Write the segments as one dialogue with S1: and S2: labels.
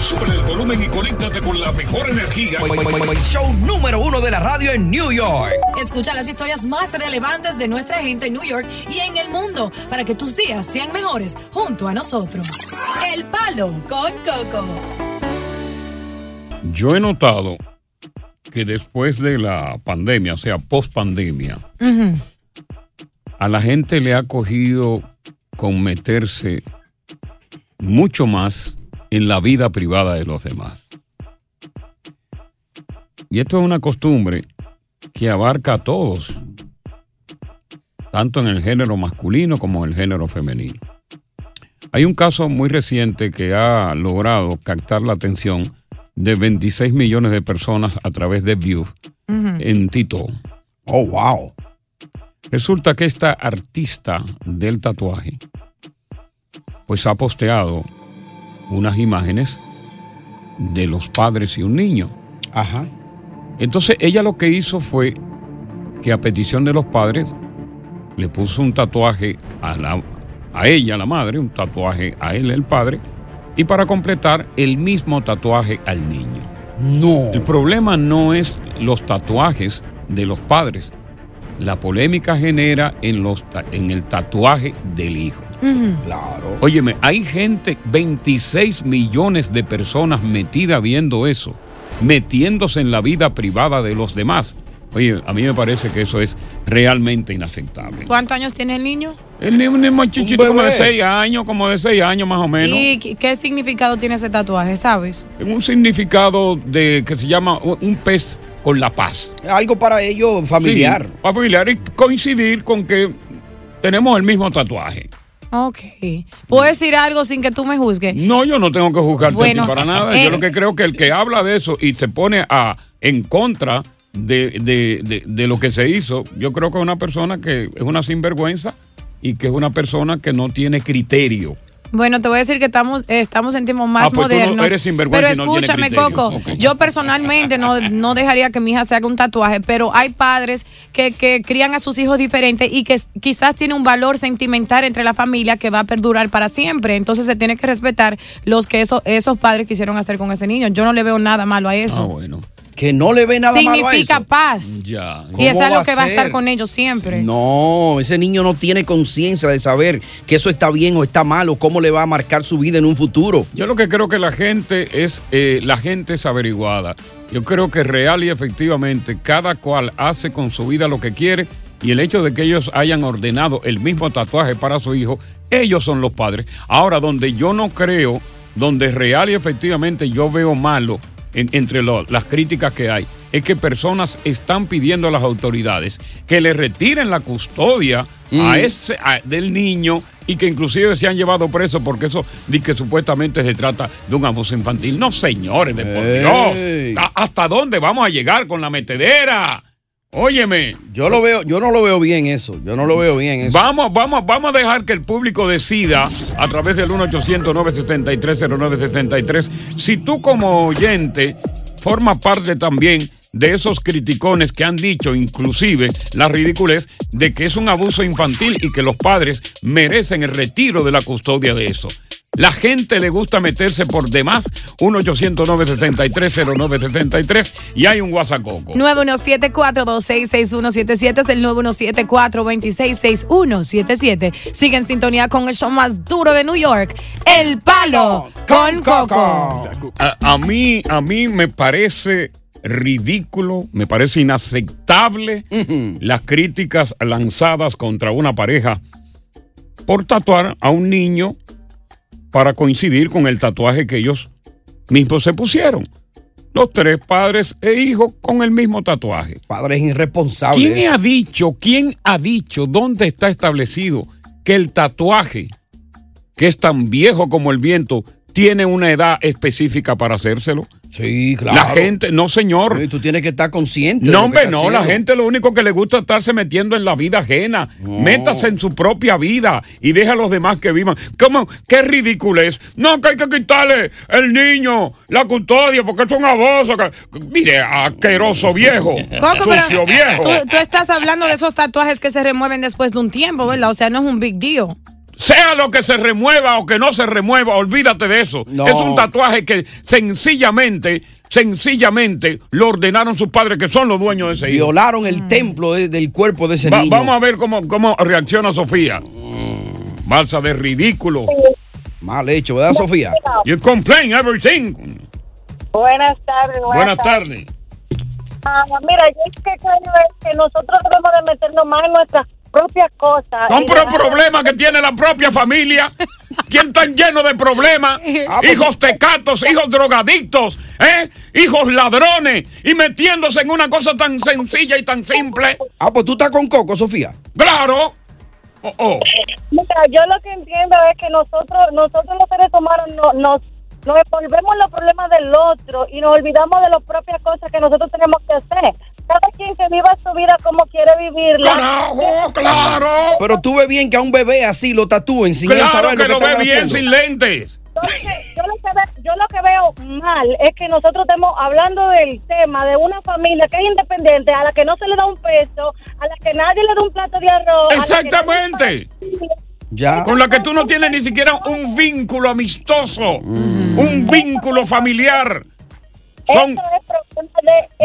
S1: Sube el volumen y conéctate con la mejor energía.
S2: Show número uno de la radio en New York.
S3: Escucha las historias más relevantes de nuestra gente en New York y en el mundo para que tus días sean mejores junto a nosotros. El Palo con Coco.
S1: Yo he notado que después de la pandemia, o sea, post pandemia, a la gente le ha cogido con meterse mucho más en la vida privada de los demás. Y esto es una costumbre que abarca a todos, tanto en el género masculino como en el género femenino. Hay un caso muy reciente que ha logrado captar la atención de 26 millones de personas a través de View en Tito. Oh, wow. Resulta que esta artista del tatuaje, pues ha posteado unas imágenes de los padres y un niño. Ajá. Entonces ella lo que hizo fue que a petición de los padres le puso un tatuaje a, la, a ella, la madre, un tatuaje a él, el padre, y para completar el mismo tatuaje al niño. No. El problema no es los tatuajes de los padres. La polémica genera en, los, ta- en el tatuaje del hijo. Claro. Óyeme, hay gente, 26 millones de personas metidas viendo eso, metiéndose en la vida privada de los demás. Oye, a mí me parece que eso es realmente inaceptable.
S4: ¿Cuántos años tiene el niño?
S1: El niño es más chiquito, como de
S4: bebé.
S1: 6 años, como de 6 años más o menos.
S4: ¿Y qué- qué significado tiene ese tatuaje, sabes?
S1: Un significado de que se llama un pez con la paz.
S5: Algo para ellos familiar.
S1: Sí, familiar y coincidir con que tenemos el mismo tatuaje.
S4: Ok. ¿Puedo decir algo sin que tú me juzgues?
S1: No, yo no tengo que juzgarte a ti
S4: Bueno,
S1: para nada.
S4: eh.
S1: yo lo que creo que el que habla de eso y se pone a en contra de, de- de- de lo que se hizo, yo creo que es una persona que es una sinvergüenza y que es una persona que no tiene criterio.
S4: Bueno, te voy a decir que estamos, eh, estamos en tiempos más
S1: Ah, pues tú no-
S4: modernos.
S1: eres sinvergüenza y
S4: pero
S1: no tienes
S4: escúchame,
S1: criterio.
S4: Coco,
S1: Ok.
S4: yo personalmente no, no dejaría que mi hija se haga un tatuaje, pero hay padres que, que crían a sus hijos diferentes y que s- quizás tiene un valor sentimental entre la familia que va a perdurar para siempre. Entonces se tiene que respetar los que esos, esos padres quisieron hacer con ese niño. Yo no le veo nada malo a
S1: Ah,
S4: eso.
S5: Que no le ve nada malo a
S4: Significa
S5: eso.
S4: paz. Y
S5: ¿Cómo
S4: eso es lo que va a
S5: ser?
S4: estar con ellos siempre.
S5: No, ese niño no tiene conciencia de saber que eso está bien o está mal o cómo le va a marcar su vida en un futuro.
S1: Yo lo que creo que la gente es, eh, la gente es averiguada. Yo creo que real y efectivamente cada cual hace con su vida lo que quiere y el hecho de que ellos hayan ordenado el mismo tatuaje para su hijo, ellos son los padres. Ahora, donde yo no creo, donde real y efectivamente yo veo malo en- entre lo- las críticas que hay, es que personas están pidiendo a las autoridades que le retiren la custodia
S5: Mm.
S1: a ese a- del niño y que inclusive se han llevado preso porque eso dice que supuestamente se trata de un abuso infantil. No, señores, de por
S5: Ey.
S1: Dios. ¿A- ¿Hasta dónde vamos a llegar con la metedera? Óyeme.
S5: Yo lo veo, yo no lo veo bien eso. Yo no lo veo bien eso.
S1: Vamos, vamos, vamos a dejar que el público decida a través del 1 800 973 0973 si tú como oyente formas parte también de esos criticones que han dicho inclusive la ridiculez de que es un abuso infantil y que los padres merecen el retiro de la custodia de eso. La gente le gusta meterse por demás 1 800 963 y hay un guasacoco.
S4: 917-426-6177 es el 917-426-6177. Sigue en sintonía con el show más duro de New York, El Palo con Coco.
S1: A, a mí, a mí me parece ridículo, me parece inaceptable las críticas lanzadas contra una pareja por tatuar a un niño para coincidir con el tatuaje que ellos mismos se pusieron. Los tres padres e hijos con el mismo tatuaje.
S5: Padres irresponsables.
S1: ¿Quién ha dicho, quién ha dicho, dónde está establecido que el tatuaje, que es tan viejo como el viento, tiene una edad específica para hacérselo?
S5: Sí, claro.
S1: La gente, no señor.
S5: tú tienes que estar consciente. de lo
S1: No,
S5: que
S1: hombre,
S5: estás
S1: no, la
S5: haciendo.
S1: gente lo único que le gusta es estarse metiendo en la vida ajena. Métase en su propia vida y deja a los demás que vivan. ¿Cómo? ¡Qué ridículo es! No, que hay que quitarle el niño la custodia porque es un abuso. que- Mire, asqueroso viejo.
S4: Coco,
S1: sucio
S4: pero
S1: viejo.
S4: tú, tú estás hablando de esos tatuajes que se remueven después de un tiempo, ¿verdad? O sea, no es un big deal.
S1: Sea lo que se remueva o que no se remueva, olvídate de eso. Es un tatuaje que sencillamente, sencillamente lo ordenaron sus padres que son los dueños de ese hijo.
S5: Violaron
S4: Mm.
S5: el templo de- del cuerpo de ese
S1: Va-
S5: niño.
S1: Vamos a ver cómo, cómo reacciona Sofía. Balsa de ridículo.
S5: Mal hecho, ¿verdad, Sofía?
S1: You complain everything.
S6: Buenas tardes.
S1: Buenas tardes.
S6: Ah, mira, yo es que creo es que nosotros debemos de meternos más en nuestras propias cosas.
S1: Son
S6: Y
S1: pro-
S6: dejar-
S1: problemas que tiene la propia familia. ¿Quién tan lleno de problemas? Hijos tecatos, hijos drogadictos, ¿eh? hijos ladrones y metiéndose en una cosa tan sencilla y tan simple.
S5: Ah, pues tú estás con Coco, Sofía.
S1: Claro. Oh, oh.
S6: Mira, yo lo que entiendo es que nosotros, nosotros los seres humanos no- nos, nos envolvemos en los problemas del otro y nos olvidamos de las propias cosas que nosotros tenemos que hacer. Cada quien que viva su vida como quiere vivirla.
S1: ¡Carajo, claro!
S5: Pero tú ves bien que a un bebé así lo tatúen sin él
S1: Claro
S5: saber
S1: que lo
S5: que
S1: ve
S5: están
S1: bien
S5: haciendo.
S1: sin lentes.
S6: Entonces, yo lo, que ve- yo lo que veo mal es que nosotros estemos hablando del tema de una familia que es independiente, a la que no se le da un peso, a la que nadie le da un plato de arroz. a la que
S1: Exactamente.
S5: Ya.
S1: Con la que tú no tienes ni siquiera un vínculo amistoso, un vínculo familiar. Son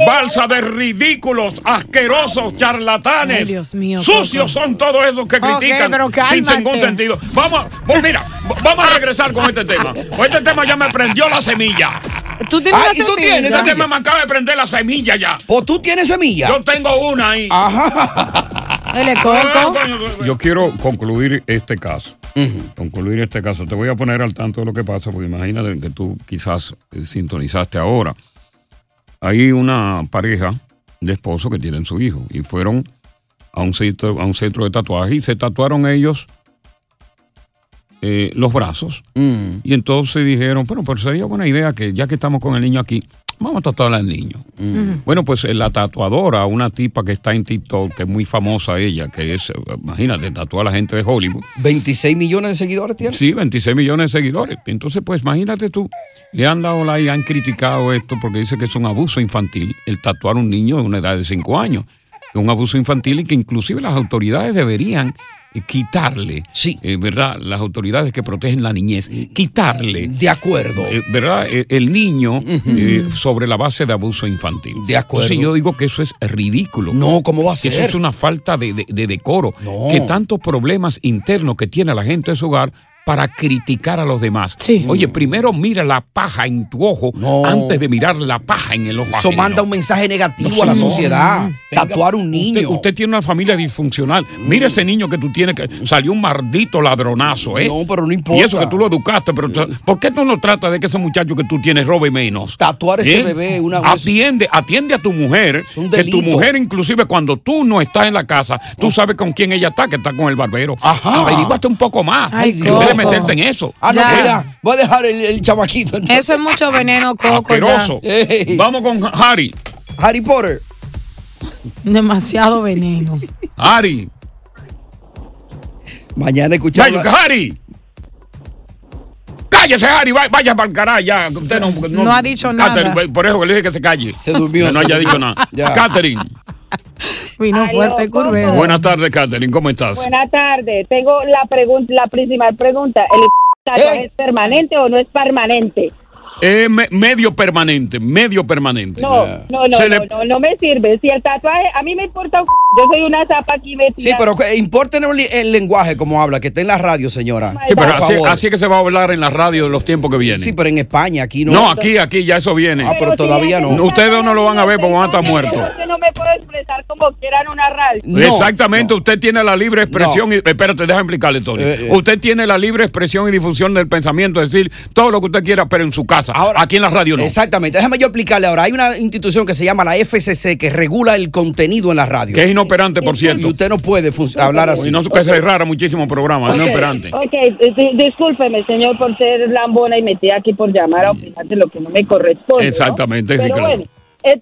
S1: balsa de ridículos, asquerosos, charlatanes.
S4: Ay, Dios mío,
S1: Sucios
S4: Coco.
S1: son todos esos que
S4: Ok,
S1: critican
S4: pero
S1: sin
S4: cálmate.
S1: ningún sentido. Vamos, a- pues mira, v- vamos a regresar con este tema. Con Este tema ya me prendió la semilla.
S4: Tú tienes
S5: Ay,
S4: una
S5: ¿y tú
S4: semilla?
S5: tienes
S1: Este
S5: semilla?
S1: tema me acaba de prender la semilla ya.
S5: Pues tú tienes semilla.
S1: Yo tengo una ahí.
S4: Dele,
S1: Ah,
S4: Coco.
S1: coño, coño. Yo quiero concluir este caso. Concluir este caso. Te voy a poner al tanto de lo que pasa, porque imagínate que tú quizás eh, sintonizaste ahora. Hay una pareja de esposos que tienen su hijo y fueron a un centro, a un centro de tatuaje y se tatuaron ellos eh, los brazos.
S5: Mm.
S1: Y entonces dijeron, bueno, pero sería buena idea que ya que estamos con el niño aquí, vamos a tatuar al niño.
S5: Mm.
S1: Bueno, pues eh, la tatuadora, una tipa que está en TikTok, que es muy famosa ella, que es, eh, imagínate, tatúa a la gente de Hollywood.
S5: 26 millones de seguidores tiene.
S1: Sí, 26 millones de seguidores. Entonces, pues imagínate tú, le han dado la y han criticado esto porque dice que es un abuso infantil el tatuar a un niño de una edad de 5 años. Es un abuso infantil y que inclusive las autoridades deberían eh, quitarle,
S5: Sí. Mm.
S1: eh, ¿verdad? Las autoridades que protegen la niñez, quitarle
S5: De acuerdo.
S1: eh, ¿verdad? Eh, El niño eh, sobre la base de abuso infantil.
S5: De acuerdo.
S1: Entonces yo digo que eso es ridículo.
S5: No, ¿cómo va a
S1: Que
S5: ser?
S1: eso es una falta de, de- de decoro.
S5: No.
S1: Que tantos problemas internos que tiene la gente en su hogar para criticar a los demás.
S4: Sí.
S1: Oye, primero mira la paja en tu ojo
S5: No.
S1: antes de mirar la paja en el ojo.
S5: Eso
S1: ajeno.
S5: manda un mensaje negativo
S1: No,
S5: a la
S1: sí, no.
S5: sociedad.
S1: Tenga-
S5: Tatuar a un niño.
S1: Usted, usted tiene una familia disfuncional. Mira ese niño que tú tienes que salió un maldito ladronazo, ¿eh?
S5: No, pero no
S1: Y
S5: importa.
S1: eso que tú lo educaste, pero tra- ¿por qué tú no tratas de que ese muchacho que tú tienes robe menos? ¿Eh?
S5: Tatuar ese bebé una vez.
S1: Atiende, atiende a tu mujer,
S5: Es un
S1: que tu
S5: delito.
S1: mujer inclusive cuando tú no estás en la casa, tú sabes con quién ella está, que está con el barbero.
S5: Ajá.
S1: Averíguate un poco más.
S4: Ay,
S1: en vez de
S4: Coco.
S1: meterte en eso.
S5: Ah, no,
S4: Ya.
S5: mira, voy a dejar el, el chamaquito.
S4: Eso es mucho veneno, Coco. ya.
S1: Asqueroso.
S5: Ey.
S1: Vamos con Harry.
S5: Harry Potter.
S4: Demasiado veneno.
S1: Harry.
S5: Mañana escuchamos.
S1: Harry. Cállese, Ari, vay- vaya para el carajo. ya, que Usted no,
S4: No ha dicho nada.
S1: Catherine, por eso le dije que se calle. Se
S5: durmió.
S1: Que no haya dicho nada.
S5: Ya.
S1: Catherine,
S4: Vino fuerte curvero.
S1: buenas tardes, Catherine. ¿Cómo estás?
S6: Buenas tardes. Tengo la pregunta, la principal pregunta. ¿El tatuaje es permanente o no es permanente?
S1: Eh, me- medio permanente, medio permanente.
S6: No, no, no,
S1: Se
S6: no,
S1: le-
S6: no, no me sirve. Si el tatuaje, a mí me importa un c- Yo soy una zapa aquí
S5: Sí,
S6: metida.
S5: pero que- importen el, el lenguaje como habla, que esté en la radio, señora.
S1: Sí, pero
S5: Por
S1: así,
S5: favor.
S1: así que se va a hablar en la radio de los tiempos que vienen.
S5: Sí, pero en España, aquí no.
S1: No, aquí, aquí ya eso viene.
S5: Ah, pero Pero si todavía ya no. se
S1: Ustedes no lo van a ver porque van a estar muertos.
S6: Yo no me puedo expresar como quiera en una radio.
S1: Exactamente, usted tiene la libre expresión y espérate, déjame explicarle, Tony.
S5: Eh, eh.
S1: Usted tiene la libre expresión y difusión del pensamiento, es decir, todo lo que usted quiera, pero en su casa. Ahora, aquí en la radio no.
S5: Exactamente. Déjame yo explicarle ahora. Hay una institución que se llama la FCC que regula el contenido en la radio.
S1: Que es inoperante, por cierto.
S5: Y usted no puede fun- hablar así.
S1: Y no que cerrara muchísimos programas, no esperante.
S6: Ok, di- discúlpeme, señor, por ser lambona y metida aquí por llamar a opinar de lo que no me corresponde. ¿no?
S1: Exactamente, sí,
S6: Pero
S1: claro.
S6: bueno,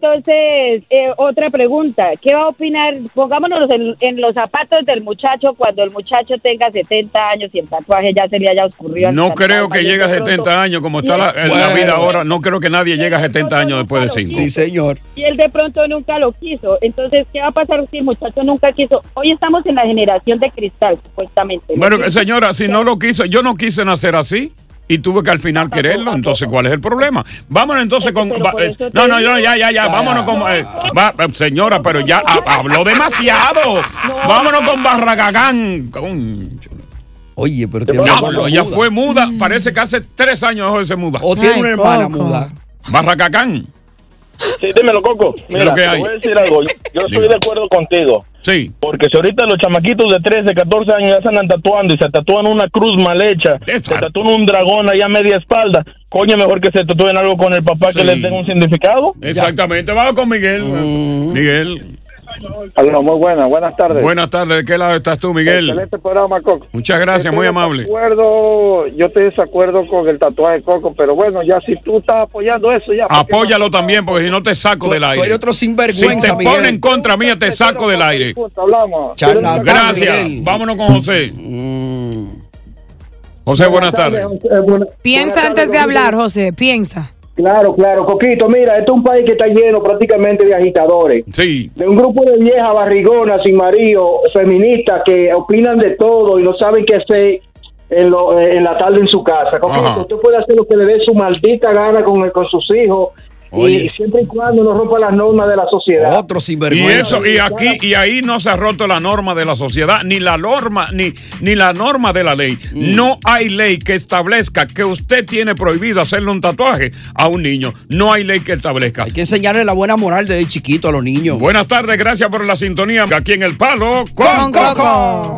S6: entonces, eh, otra pregunta. ¿Qué va a opinar? Pongámonos en, en los zapatos del muchacho cuando el muchacho tenga 70 años y el tatuaje ya se le haya ocurrido. al
S1: No
S6: tatuaje
S1: creo que
S6: mayor
S1: llegue a
S6: de pronto.
S1: 70 años, como está la, en la
S5: Bueno.
S1: vida ahora, no creo que nadie llegue a 70 años después de 5.
S5: Sí, señor.
S6: Y él de pronto nunca lo quiso. Entonces, ¿qué va a pasar si el muchacho nunca quiso? Hoy estamos en la generación de cristal, supuestamente. ¿no?
S1: Bueno, eh, señora, si no lo quiso, yo no quise nacer así y tuve que al final quererlo, entonces ¿cuál es el problema? Vámonos entonces con...
S6: pero
S1: va-
S6: por
S1: eh,
S6: eso te
S1: no, no,
S6: digo.
S1: no, ya, ya, ya,
S5: Ah.
S6: Ya,
S1: vámonos
S6: ya.
S1: con... eh, va- eh, señora, pero ya ha- habló demasiado. Vámonos con Barragagán. Con,
S5: Oye, pero tiene una
S1: diablo,
S5: hermana
S1: ella
S5: muda.
S1: fue muda, parece que hace tres años dejó de ser muda.
S5: O tiene una hermana muda.
S1: Barragagán.
S7: Sí, dímelo, Coco. Mira,
S1: lo que
S7: te
S1: hay.
S7: voy a decir algo. Yo- Yo estoy de acuerdo contigo.
S1: Sí.
S7: Porque si ahorita los chamaquitos de 13, 14 años ya se andan tatuando y se tatúan una cruz mal hecha, se tatúan un dragón allá a media espalda, coño, mejor que se tatúen algo con el papá que
S1: Sí.
S7: les tenga un significado.
S1: Exactamente, vamos con Miguel. Miguel.
S8: Aló, muy buena, buenas tardes.
S1: Buenas tardes, ¿de qué lado estás tú, Miguel?
S8: Excelente programa, Coco.
S1: Muchas gracias, muy amable.
S8: De acuerdo, yo estoy de desacuerdo con el tatuaje de Coco, pero bueno, ya si tú estás apoyando eso, ya. ¿por qué no?
S1: Apóyalo también, porque si no te saco del aire.
S8: eres otro
S1: Si te
S8: sinvergüenza, Miguel.
S1: ponen contra mía, te saco del aire.
S8: Punto, hablamos.
S1: Gracias. Vámonos
S5: Mm.
S1: con José. José, buenas tardes.
S4: Piensa antes de hablar, José, piensa.
S9: Claro, claro, Coquito, mira, este es un país que está lleno prácticamente de agitadores.
S1: Sí.
S9: De un grupo de viejas barrigonas sin marido, feministas que opinan de todo y no saben qué hacer en, lo- eh, en la tarde en su casa. Coquito,
S10: Ajá.
S9: usted puede hacer lo que le dé su maldita gana con, el- con sus hijos
S1: Oye.
S9: y siempre y cuando no rompa las normas de la sociedad.
S5: Otro
S1: Y
S5: sinvergüenza.
S1: eso, y aquí, y ahí no se ha roto la norma de la sociedad, ni la norma, ni, ni la norma de la ley.
S5: Mm.
S1: No hay ley que establezca que usted tiene prohibido hacerle un tatuaje a un niño. No hay ley que establezca.
S5: Hay que enseñarle la buena moral desde chiquito a los niños.
S1: Buenas tardes, gracias por la sintonía. Aquí en El Palo con Coco.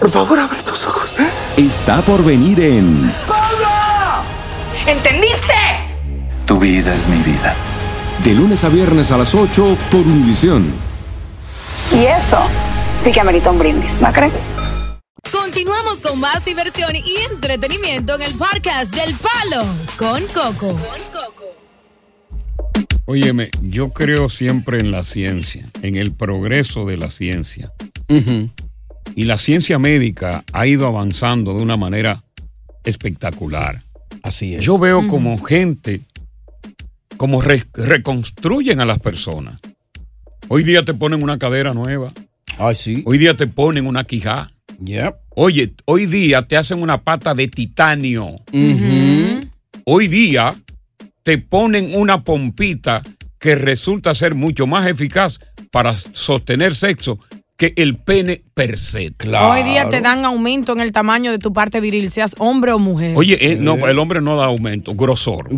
S11: Por favor, abre tus ojos.
S12: está por venir en
S11: ¿Entendiste?
S12: Tu vida es mi vida. De lunes a viernes a las 8 por Univisión.
S11: Y eso sí que amerita un brindis, ¿no crees?
S3: Continuamos con más diversión y entretenimiento en el podcast del Palo con Coco.
S1: Óyeme, yo creo siempre en la ciencia, en el progreso de la ciencia. Y la ciencia médica ha ido avanzando de una manera espectacular.
S5: Así
S1: Yo veo como gente, como re- reconstruyen a las personas. Hoy día te ponen una cadera nueva.
S5: Ay, sí.
S1: Hoy día te ponen una quijá. Oye, hoy día te hacen una pata de titanio. Hoy día te ponen una pompita que resulta ser mucho más eficaz para sostener sexo que el pene per se.
S4: Hoy día te dan aumento en el tamaño de tu parte viril, seas hombre o mujer.
S1: Oye, eh, no, el hombre no da aumento, grosor.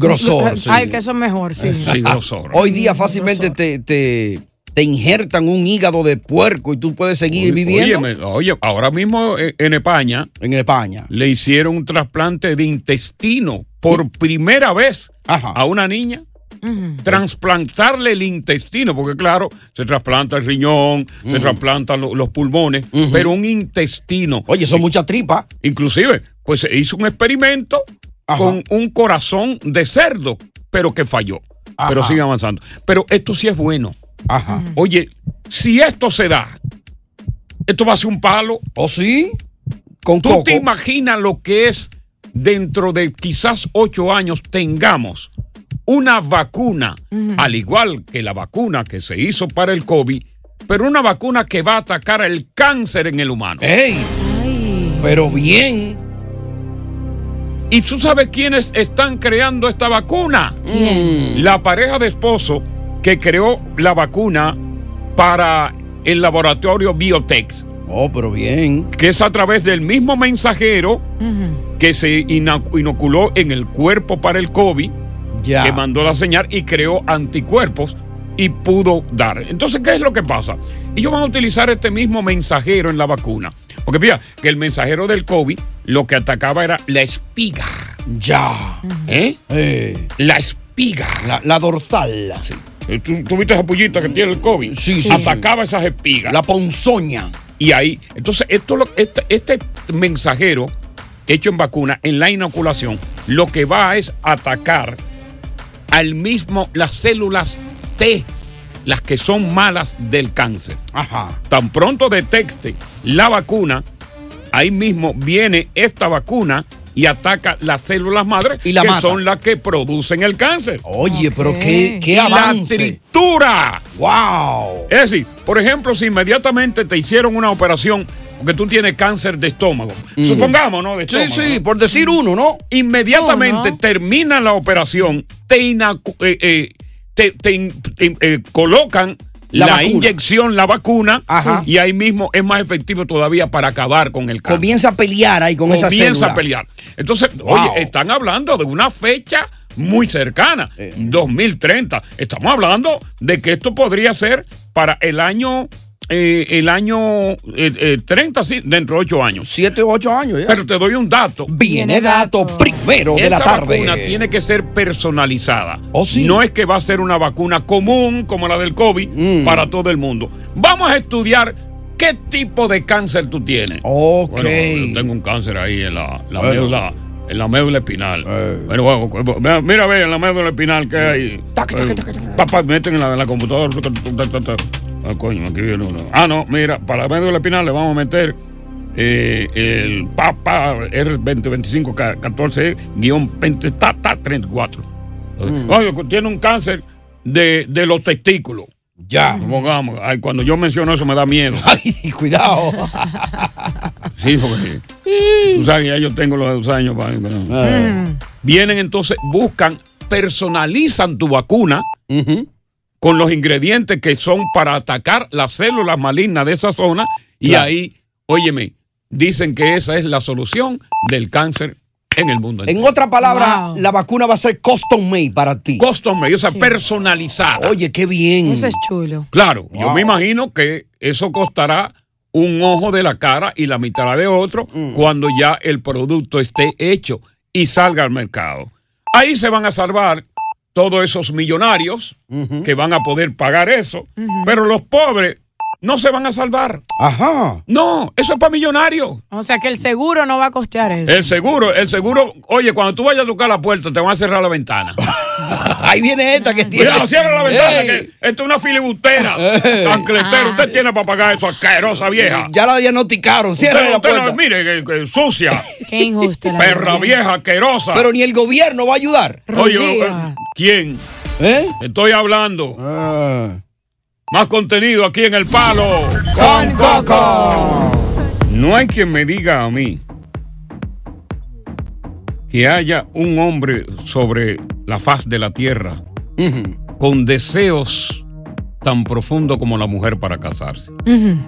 S4: Ay, que eso es mejor, sí.
S1: Sí, grosor.
S5: Hoy día fácilmente te, te, te injertan un hígado de puerco y tú puedes seguir viviendo.
S1: Óyeme, Oye, ahora mismo eh, en España.
S5: En España.
S1: Le hicieron un trasplante de intestino por primera vez a una niña. Transplantarle el intestino, porque claro, se trasplanta el riñón, se trasplantan lo- los pulmones, pero un intestino.
S5: Oye, son muchas tripas.
S1: Inclusive, pues se hizo un experimento con un corazón de cerdo, pero que falló.
S5: Ajá.
S1: Pero sigue avanzando. Pero esto sí es bueno. Oye, si esto se da, esto va a ser un palo.
S5: ¿O ¿Oh, sí? Con
S1: ¿Tú te imaginas lo que es dentro de quizás ocho años tengamos una vacuna,
S10: Ujú.
S1: al igual que la vacuna que se hizo para el COVID, pero una vacuna que va a atacar el cáncer en el humano?
S5: ¡Ey! Pero bien.
S1: ¿Y tú sabes quiénes están creando esta vacuna?
S5: Mm.
S1: La pareja de esposo que creó la vacuna para el laboratorio Biotex.
S5: Oh, pero bien.
S1: Que es a través del mismo mensajero que se ina- inoculó en el cuerpo para el COVID,
S5: Ya.
S1: que mandó la señal y creó anticuerpos y pudo dar. Entonces, ¿qué es lo que pasa? Ellos van a utilizar este mismo mensajero en la vacuna. Porque fíjate que el mensajero del COVID lo que atacaba era la espiga.
S5: Ya.
S1: ¿Eh? La espiga. Eh,
S5: La, dorsal.
S1: ¿Tú, tú viste esa pullita que tiene el COVID?
S5: Sí, sí.
S1: Atacaba esas espigas.
S5: La ponzoña.
S1: Y ahí, entonces, esto, lo- este, este mensajero hecho en vacuna, en la inoculación, lo que va es atacar al mismo las células T, las que son malas del cáncer.
S5: Ajá.
S1: Tan pronto detecte la vacuna, ahí mismo viene esta vacuna y ataca las células madres,
S5: Y la
S1: que
S5: mata.
S1: son las que producen el cáncer.
S5: Oye, pero qué, qué
S1: Y
S5: avance.
S1: La tritura.
S5: ¡Wow!
S1: Es decir, por ejemplo, si inmediatamente te hicieron una operación porque tú tienes cáncer de estómago, supongamos, ¿no? De
S5: Mm. Sí,
S1: estómago,
S5: sí,
S1: ¿no?
S5: por decir uno, ¿no?
S1: Inmediatamente termina la operación, te, inacu- eh, eh, te- te in- te, eh, colocan
S5: La
S1: la,
S5: vacuna.
S1: inyección, la vacuna,
S5: Ajá.
S1: y ahí mismo es más efectivo todavía para acabar con el cáncer.
S5: Comienza a pelear ahí con esa
S1: Comienza
S5: célula.
S1: a pelear. Entonces,
S5: Wow.
S1: oye, están hablando de una fecha muy cercana,
S5: Eh.
S1: 2030. Estamos hablando de que esto podría ser para el año, eh, el año eh, eh, 30, sí, dentro de ocho años.
S5: Siete o ocho años ya.
S1: Pero te doy un dato.
S5: Viene dato primero de la
S1: Esa
S5: tarde. Oh,
S1: vacuna tiene que ser personalizada.
S5: sí.
S1: No es que va a ser una vacuna común como la del COVID
S5: Mm.
S1: para todo el mundo. Vamos a estudiar qué tipo de cáncer tú tienes.
S5: Ok.
S1: Bueno, yo tengo un cáncer ahí en la, la
S5: Bueno. Eh.
S1: médula. En la médula espinal. Bueno, bueno, bueno, mira, mira, ve, en la médula espinal que hay. Eh, Papá, meten en la, en la computadora. tuc, tuc, tuc, tuc, tuc. Ah, coño, aquí viene uno. Ah, no, mira, para la médula espinal le vamos a meter eh, el Papa R2025-14-34.
S5: Mm.
S1: Oye, tiene un cáncer de, de los testículos. Ya. Pongamos, ay, cuando yo menciono eso me da miedo.
S5: Mm. Ay, cuidado.
S1: Sí, porque tú sabes, ya yo tengo los dos años. para- para-
S5: Ah.
S1: Vienen entonces, buscan, personalizan tu vacuna con los ingredientes que son para atacar las células malignas de esa zona y
S5: Claro.
S1: ahí, óyeme, dicen que esa es la solución del cáncer en el mundo.
S5: En otra palabra, la vacuna va a ser custom made para ti.
S1: Custom made, o sea, personalizada.
S5: Oye, qué bien.
S4: Eso es chulo.
S1: Claro, yo
S5: Wow.
S1: me imagino que eso costará un ojo de la cara y la mitad de otro
S5: Mm.
S1: cuando ya el producto esté hecho y salga al mercado. Ahí se van a salvar todos esos millonarios que van a poder pagar eso, pero los pobres no se van a salvar.
S5: Ajá.
S1: No, eso es para millonarios.
S4: O sea que el seguro no va a costear eso.
S1: El seguro, el seguro, oye, cuando tú vayas a tocar la puerta, te van a cerrar la ventana.
S5: Ahí viene esta que tiene.
S1: Cuidado, cierra la ventana,
S5: Ey.
S1: que esto es una filibustera. Ancletero, usted tiene para pagar eso, asquerosa vieja.
S5: Ya la diagnosticaron. Cierra
S1: Usted-
S5: la
S1: usted no-
S5: puerta.
S1: mire, que- que sucia,
S4: Qué injusto. la
S1: perra
S4: verdad.
S1: vieja, asquerosa.
S5: Pero ni el gobierno va a ayudar.
S1: Oye,
S4: Rullida.
S1: eh, ¿quién?
S5: ¿Eh? Ah.
S1: Estoy hablando. Más contenido aquí en El Palo.
S4: Con Coco.
S1: No hay quien me diga a mí que haya un hombre sobre la faz de la tierra con deseos tan profundos como la mujer para casarse.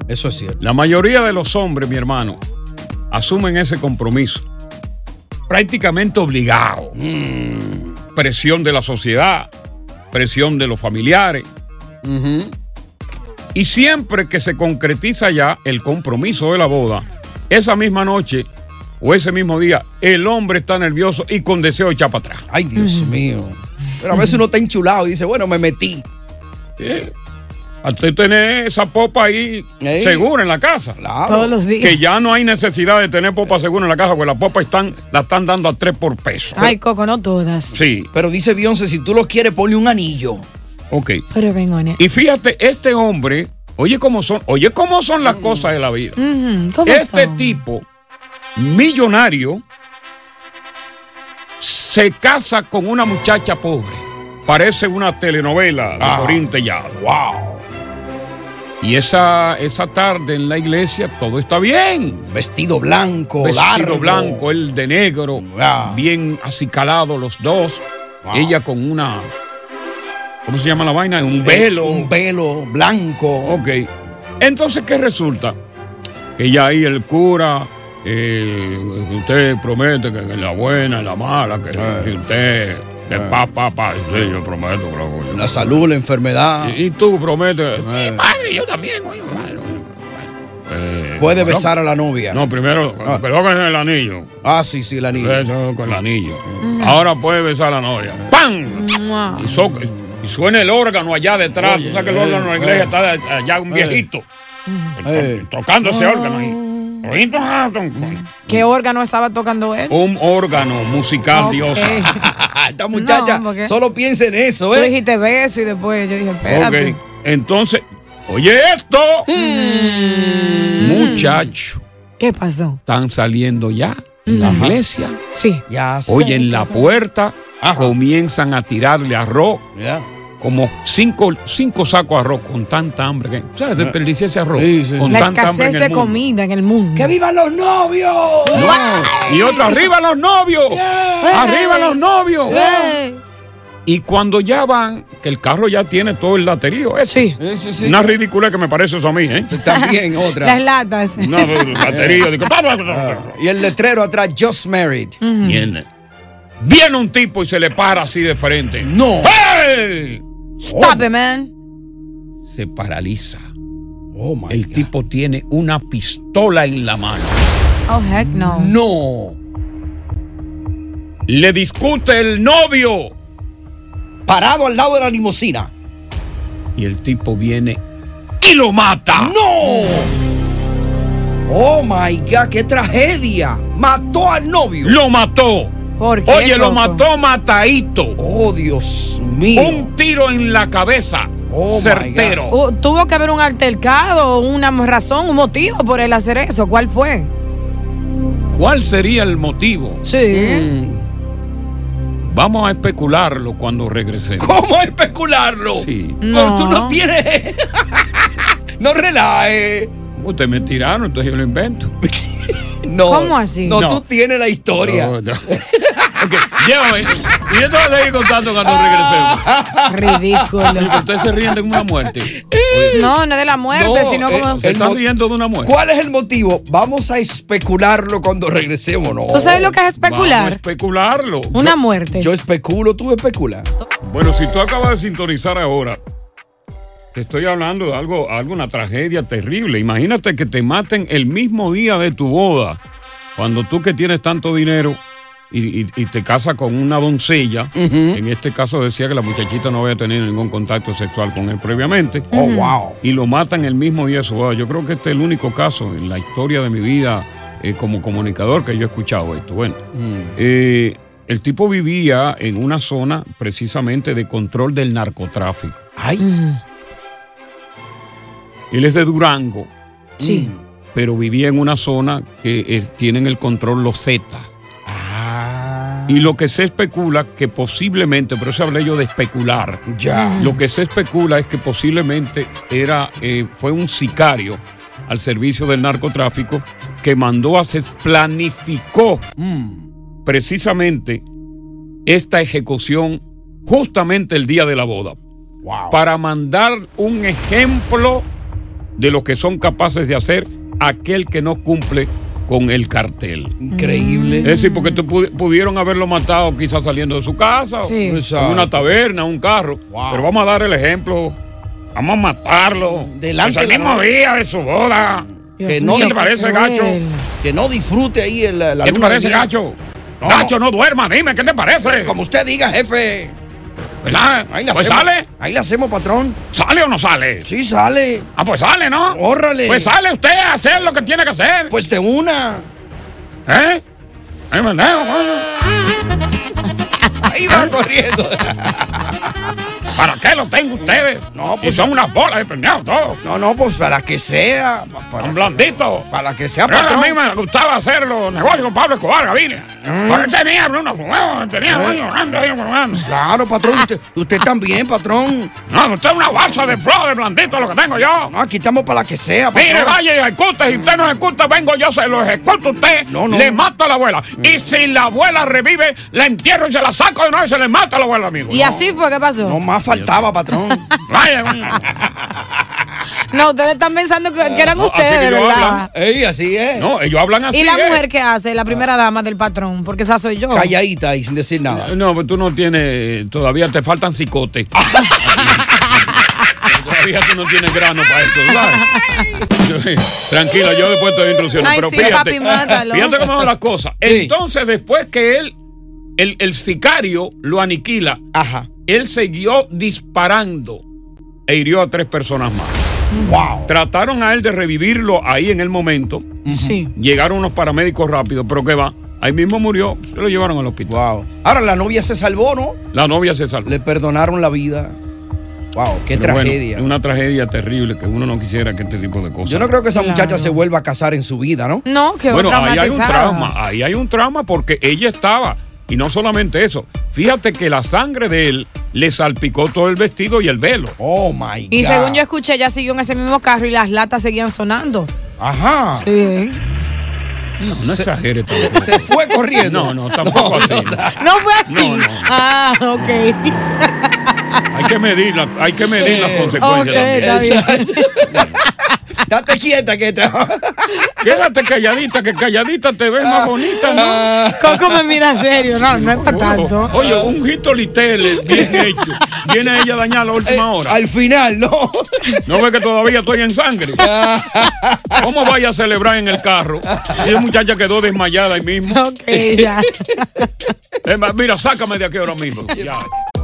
S5: Eso es cierto.
S1: La mayoría de los hombres, mi hermano, asumen ese compromiso prácticamente obligado.
S5: Mm.
S1: Presión de la sociedad, presión de los familiares. Y siempre que se concretiza ya el compromiso de la boda, esa misma noche o ese mismo día, el hombre está nervioso y con deseo de echar para atrás.
S5: Ay, Dios mío. Pero a veces uno está enchulado y dice, bueno, me metí.
S1: A usted tener esa popa ahí
S5: Ey.
S1: segura en la casa.
S5: Todos los días.
S1: Que ya no hay necesidad de tener popa segura en la casa, porque las popas están, la están dando a tres por peso.
S4: Ay, Coco, no todas.
S1: Sí.
S5: Pero dice Beyoncé, si tú lo quieres, ponle un anillo.
S1: Ok.
S4: Pero vengones.
S1: Y fíjate, este hombre, oye cómo son, oye cómo son
S5: Mm.
S1: las cosas de la vida.
S4: Ujú, ¿Cómo
S1: Este
S4: son?
S1: tipo, millonario, se casa con una muchacha pobre. Parece una telenovela de
S5: Ah.
S1: Corín Tellado. ¡Wow! Y esa, esa tarde en la iglesia todo está bien.
S5: Vestido blanco,
S1: Vestido
S5: largo. Ah.
S1: blanco, él de negro. Bien acicalados los dos. Ella con una. ¿Cómo se llama la vaina? Un velo.
S5: Eh, Un velo blanco.
S1: Ok. Entonces, ¿qué resulta? Que ya ahí el cura, eh, usted promete que la buena, la mala, que si usted, que pa, pa, pa, sí, yo prometo. claro, yo-
S5: La salud, la enfermedad. Eh,
S1: Y, y tú prometes. Sí,
S5: padre,
S1: yo también, coño. eh,
S5: Puede
S1: bueno,
S5: besar a la novia.
S1: No, primero, que luego es el anillo.
S5: Ah, sí, sí, el anillo.
S1: Eso con el anillo. Ahora puede besar a la novia. ¡Pam!
S4: Mua.
S1: Y, so- y suena el órgano allá detrás. Tú sabes que el órgano en la iglesia está de- allá un
S4: eh.
S1: viejito.
S4: Eh.
S1: to- Tocando ese órgano ahí. Oído, ah, ton-
S4: ¿Qué órgano estaba tocando él?
S1: Un órgano musical,
S4: Ok.
S1: Dios.
S5: Esta muchacha solo piensa en eso,
S4: Tú
S5: ¿eh?
S4: dijiste beso y después yo dije, espérate.
S1: Ok. Entonces, oye esto.
S5: Hmm.
S1: Muchachos,
S4: ¿Qué pasó?
S1: están saliendo ya en la
S4: Ujú.
S1: iglesia.
S4: Sí.
S5: Ya
S1: eh. Oye, en la puerta comienzan a tirarle arroz. Como cinco, cinco sacos de arroz con tanta hambre. Que, ¿Sabes? Desperdicié ese arroz. Con
S4: La
S1: tanta hambre en
S4: escasez
S1: el
S4: de
S1: mundo.
S4: comida en el mundo. ¡Que
S5: vivan los novios! ¡Eh!
S1: No. Y otro, arriba los novios. Arriba los novios. Y cuando ya van, que el carro ya tiene todo el laterío. ese. Una ridícula que me parece eso a mí, ¿eh?
S5: También otra.
S4: Las latas.
S1: Una laterío. pues, digo, pa, pa, pa, pa.
S5: Ah. Y el letrero atrás, Just Married.
S1: Viene. Viene un tipo y se le para así de frente.
S5: ¡No!
S1: ¡Hey! Oh,
S4: Stop it, man.
S1: Se paraliza.
S5: Oh,
S1: el tipo tiene una pistola en la mano.
S4: Oh, heck no.
S5: No.
S1: Le discute el novio.
S5: Parado al lado de la limusina.
S1: Y el tipo viene y lo mata.
S5: ¡No! Oh my God, qué tragedia. Mató al novio.
S1: Lo mató.
S4: ¿Por qué,
S1: Oye, lo
S4: Coco?
S1: mató matadito.
S5: Oh, Dios mío.
S1: Un tiro en la cabeza.
S5: Oh, my
S1: certero.
S4: Uh, tuvo que haber un altercado, una razón, un motivo por él hacer eso. ¿Cuál fue?
S1: ¿Cuál sería el motivo? Mm.
S4: Sí.
S1: Vamos a especularlo cuando regresemos.
S5: ¿Cómo especularlo?
S1: Sí.
S5: No. Tú no tienes. no relajes.
S1: Ustedes me tiraron, entonces yo lo invento.
S5: No.
S4: ¿Cómo así?
S5: No,
S1: No.
S5: tú tienes la historia.
S1: No, no. Ok, llévame. Y yo te voy a seguir contando cuando regresemos.
S4: Ridículo.
S1: Ustedes se ríen de una muerte.
S4: No, no es de la muerte, sino como.
S1: Se están
S5: eh, mo-
S1: riendo de una muerte.
S5: ¿Cuál es el motivo? Vamos a especularlo cuando regresemos, ¿no?
S4: ¿Tú sabes lo que es
S1: Vamos a
S4: especular?
S1: especularlo.
S4: Una muerte.
S5: Yo especulo, tú especulas.
S1: Bueno, si tú acabas de sintonizar ahora, te estoy hablando de algo, alguna tragedia terrible. Imagínate que te maten el mismo día de tu boda, cuando tú que tienes tanto dinero y, y- y te casas con una doncella. En este caso decía que la muchachita no había tenido ningún contacto sexual con él previamente.
S5: Oh, wow.
S1: Y lo matan el mismo día de su boda. Yo creo que este es el único caso en la historia de mi vida eh, como comunicador que yo he escuchado esto. Bueno. Eh, el tipo vivía en una zona precisamente de control del narcotráfico.
S5: Ay.
S1: Él es de Durango, Mm.
S4: Sí.
S1: pero vivía en una zona que eh, tienen el control los Zetas. Y lo que se especula que posiblemente, por eso hablé yo de especular.
S5: Ya.
S1: Lo que se especula es que posiblemente era, eh, fue un sicario al servicio del narcotráfico que mandó a se planificó precisamente esta ejecución justamente el día de la boda. Para mandar un ejemplo de lo que son capaces de hacer aquel que no cumple con el cartel.
S5: Increíble.
S1: Es decir, porque tú pudi- pudieron haberlo matado quizás saliendo de su casa, o
S5: Sí.
S1: en una taberna, un carro. Pero vamos a dar el ejemplo. Vamos a matarlo.
S5: Delante
S1: Pues el
S5: de la-
S1: mismo día de su boda.
S5: Dios Que no mío, le qué parece, gacho? cruel.
S1: Que no disfrute ahí el, la ¿Qué te
S5: luna de
S1: parece,
S5: miel.
S1: gacho? gacho, no duerma, dime, ¿qué te parece? Como usted diga, jefe. ¿Verdad?
S5: Ahí la
S1: pues
S5: hacemos.
S1: sale.
S5: Ahí la hacemos, patrón.
S1: ¿Sale o no sale?
S5: Sí, sale.
S1: Ah, pues sale, ¿no?
S5: Órale.
S1: Pues sale usted a hacer lo que tiene que hacer.
S5: Pues de una.
S1: ¿Eh? Ahí me dejo, coño.
S5: Ahí va corriendo.
S1: ¿Para qué lo tengo ustedes? No, pues. son unas bolas de premiado todo.
S5: No, no, pues para que sea.
S1: un blandito.
S5: Para que sea
S1: Pero a
S5: patrón.
S1: mí me gustaba hacer los negocios con Pablo Escobar Gaviria. Porque él tenía unos huevos, tenía eh,
S5: Mm.
S1: unos llorando ahí llorando.
S5: Claro, patrón. Usted, usted también, patrón.
S1: No, usted es una balsa de flor de blandito lo que tengo yo.
S5: No, aquí estamos para la que sea, patrón.
S1: Mire, vaya y ejecute. Si usted no ejecuta, vengo yo, se lo ejecuto a usted. Le mato a la abuela.
S5: Mm.
S1: Y si la abuela revive, la entierro y se la saco de nuevo y se le mata a la abuela, amigo.
S3: Y así fue que pasó.
S5: No más faltaba, patrón.
S1: Vaya,
S3: No, ustedes están pensando que, que eran
S1: Ah, No, así
S3: ustedes,
S1: que
S3: de
S1: ellos
S3: ¿verdad?
S1: hablan.
S5: Ey, así es.
S1: No, ellos hablan así.
S3: Y la
S1: ¿eh?
S3: mujer que hace, la primera dama del patrón, porque esa soy yo.
S5: Calladita y sin decir nada.
S1: No, pero tú no tienes. Todavía te faltan cicotes. todavía tú no tienes grano para eso, ¿sabes? Tranquilo, yo después te doy instrucciones.
S10: Ay,
S1: pero
S10: sí,
S1: fíjate.
S10: papi, mátalo.
S1: Fíjate cómo son las cosas. Entonces, después que él, el, el sicario, lo aniquila, él siguió disparando e hirió a tres personas más. Wow. Trataron a él de revivirlo ahí en el momento.
S3: Sí.
S1: Llegaron unos paramédicos rápidos, pero ¿qué va? Ahí mismo murió, se lo llevaron al hospital.
S5: Ahora la novia se salvó, ¿no?
S1: La novia se salvó.
S5: Le perdonaron la vida. Wow, qué
S1: Pero bueno,
S5: tragedia.
S1: es una tragedia terrible que uno no quisiera que este tipo de cosas.
S5: Yo no creo que esa muchacha se vuelva a casar en su vida, ¿no?
S3: No, que
S1: Bueno,
S3: otra
S1: ahí hay un
S3: traumatizada.
S1: trauma, ahí hay un trauma porque ella estaba. Y no solamente eso, fíjate que la sangre de él le salpicó todo el vestido y el velo.
S5: Oh my
S3: Y según yo escuché, ella siguió en ese mismo carro y las latas seguían sonando.
S1: Ah.
S5: Ajá.
S3: Sí.
S1: No, no exagere tampoco.
S5: Se fue corriendo.
S1: No, no, tampoco así.
S3: No fue así. Ah, ok.
S1: Hay que medir, la- hay que medir las consecuencias. también.
S5: Date quieta que te.
S1: Quédate calladita, que calladita te ves más bonita, ¿no?
S3: Ah, Coco me mira serio, no, no es para tanto.
S1: Oye, un hito litele bien hecho. Viene ella a dañar a la última hora.
S5: Al final, no.
S1: No ve que todavía estoy en sangre. ¿Cómo vaya a celebrar en el carro? Y esa muchacha quedó desmayada ahí mismo.
S3: ya.
S1: Es más, mira, sácame de aquí ahora mismo. Ya.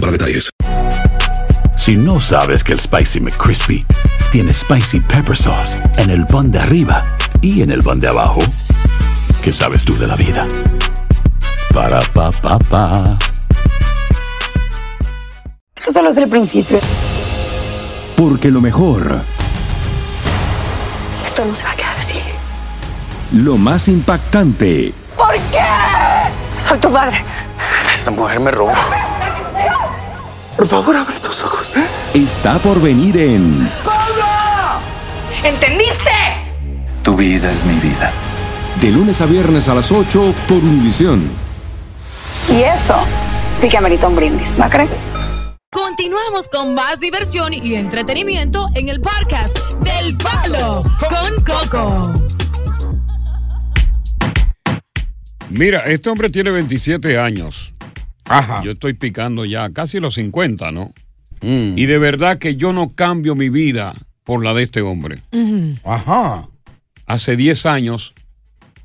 S13: para detalles.
S14: Si no sabes que el Spicy McCrispy tiene Spicy Pepper Sauce en el pan de arriba y en el pan de abajo, ¿qué sabes tú de la vida? Para, pa, pa, pa.
S11: Esto solo es el principio.
S12: Porque lo mejor,
S11: Esto no se va a quedar así.
S12: lo más impactante,
S11: ¿Por qué? Soy tu padre.
S15: Esta mujer me robó. Por favor, abre tus ojos.
S12: está por venir en
S11: ¡Pablo! ¿Entendiste?
S12: Tu vida es mi vida. De lunes a viernes a las 8 por Univisión.
S11: Y eso sí que amerita un brindis, ¿no crees?
S3: Continuamos con más diversión y entretenimiento en el podcast del Palo con Coco.
S1: Mira, este hombre tiene 27 años. Ajá. Yo estoy picando ya casi los 50, ¿no?
S5: Mm.
S1: Y de verdad que yo no cambio mi
S3: Eh,
S1: vida por la de este hombre.
S10: Ujú.
S1: Ajá. Hace 10 años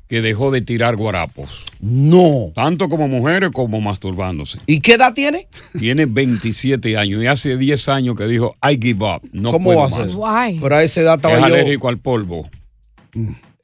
S1: que dejó de tirar guarapos.
S5: No.
S1: Tanto como mujeres como masturbándose.
S5: ¿Y qué edad tiene?
S1: Tiene 27 años y hace 10 años que dijo, I give up. No
S5: ¿Cómo
S1: puedo
S5: va a ser?
S1: más".
S4: Guay.
S5: Pero a esa edad estaba
S1: es
S5: yo- Mm,
S1: alérgico al polvo.